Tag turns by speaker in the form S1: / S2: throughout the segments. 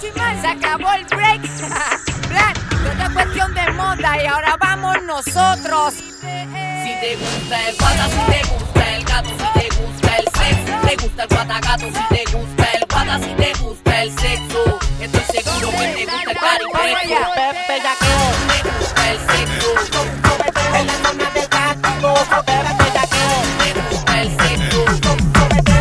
S1: Chimal. Se acabó el break. Plan, todo es cuestión de moda y ahora vamos nosotros.
S2: Si te gusta el pata, si te gusta el gato, si te gusta el sexo, te gusta el pata gato, si te gusta el pata, si te gusta el sexo. Estoy seguro que te gusta el party
S1: Vamos
S2: fresco.
S1: allá.
S3: Pepe ya
S2: Te gusta el sexo,
S3: en la zona del castigo. Pepe ya
S2: te gusta el sexo.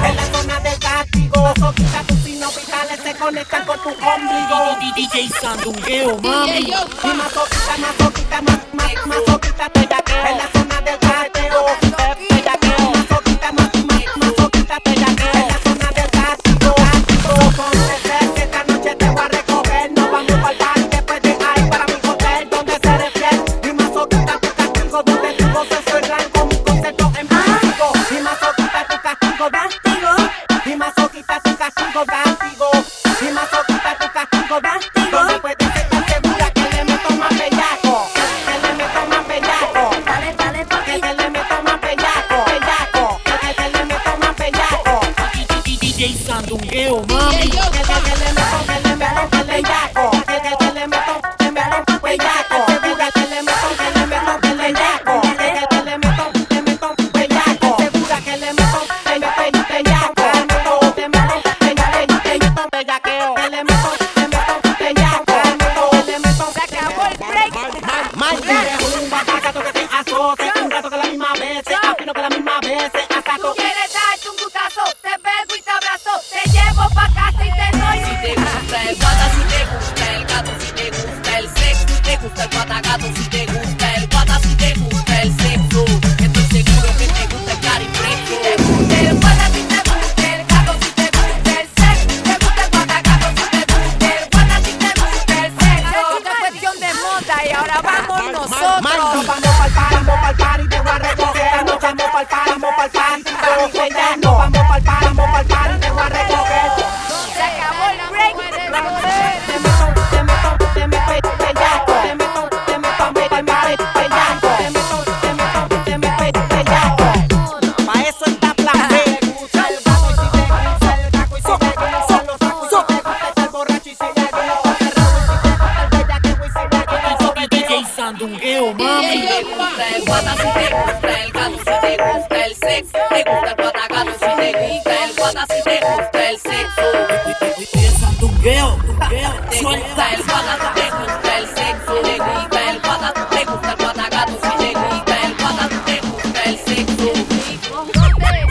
S3: en la zona del castigo. Soquita tus inhospitales se conectan con tu ombligo.
S4: DJ Sandungueo, mami.
S3: Y masoquita, masoquita, ma- ma- masoquita, bellaqueo. En la zona del castigo. Pepe ya masoquita, ma- ma- masoquita, bellaqueo. En la zona del castigo. Castigo. Con placer que esta noche te voy a recoger. Nos vamos pa'l party después de ahí para mi hotel, donde seré fiel. Y masoquita, tu castigo, donde tu gozo es real, con mi concepto en básico. Y masoquita, tu castigo, castigo. Y masoquita, tu castigo, castigo. Y masoquita, tu castigo, castigo. No puedes estar segura que le meto más bellaco. Que le meto más bellaco.
S5: Dale, dale, papi.
S3: Que le meto más bellaco. Bellaco. Que le meto más bellaco.
S4: DJ Sandungueo, mami.
S3: Que le meto, que le meto, que le bellaco. Que le meto, que meto, bellaco. Segura que le meto, que le meto, que le bellaco. Que le meto, que meto, bellaco. Segura que le meto, que meto, bellaco. Que le meto, que meto, bellaco. Que le meto, bellaqueo. Que le meto, que meto, bellaco. Que le meto, que le meto,
S1: Se acabó el break.
S3: Maldita es un batacazo que te asocia, un gato que la misma vez, se afino que la misma vez, se
S1: Tú
S3: asaco.
S1: quieres darte un gustazo, te pego y te abrazo, te llevo pa' casa y te doy.
S2: Si te gusta el pata, si te gusta el gato, si te gusta el sexo, si te gusta el pata gato, si te gusta el pata, si te gusta el sexo. Estoy seguro que te gusta el cari fresco.
S1: Te gusta el guata, si te gusta el gato, si te gusta el sexo. Te gusta el guata gato, si te gusta el guata, si te gusta el sexo. Ah, Todo es cuestión de moda y ahora vamos nosotros.
S3: Vamos pa'l party, vamos pa'l party, te voy a recoger. Esta noche vamos pa'l party, vamos pa'l party, tú sabes que ya no. Vamos pa'l party, vamos pa'l party, te voy a recoger.
S1: Se acabó el break.
S3: Te meto, te meto, te meto, bellaco. Te meto, te meto, me- me- me- bellaco. Te meto, te meto, te meto, bellaco. Pa' eso está plan B. Si te gusta el gato y si te gusta el taco y si te gustan los tacos y si te gusta estar borracho y si te gusta el rabo y si te gusta el bellaqueo y si te gusta el soqueteo.
S4: DJ Sandungueo, mami.
S2: Si te gusta el pata, si te gusta el gato, si te gusta el sexo, te gusta el pata gato, si te gusta el pata, si te gusta el sexo.
S4: DJ Sandungueo, tungueo,
S2: Te gusta
S4: suelta.
S2: el pata, si te gusta el sexo, te gusta el pata, te gusta el pata gato, si te gusta el pata, te gusta el sexo.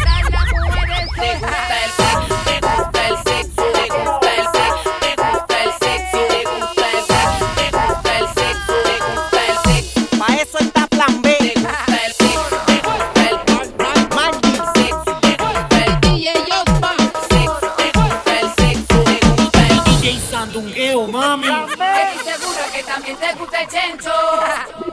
S2: Te gusta el sexo, te gusta el sexo, te gusta el sexo, te gusta el sexo, te gusta el sexo, te gusta el sexo, te gusta el sexo,
S3: Pa' eso está plan B.
S2: te gusta el sexo, te gusta el
S3: Maldita.
S2: sexo, te gusta el sexo, te gusta el sexo, te gusta el
S4: DJ Sandungueo, mami.
S1: Estoy seguro que también te gusta el chencho.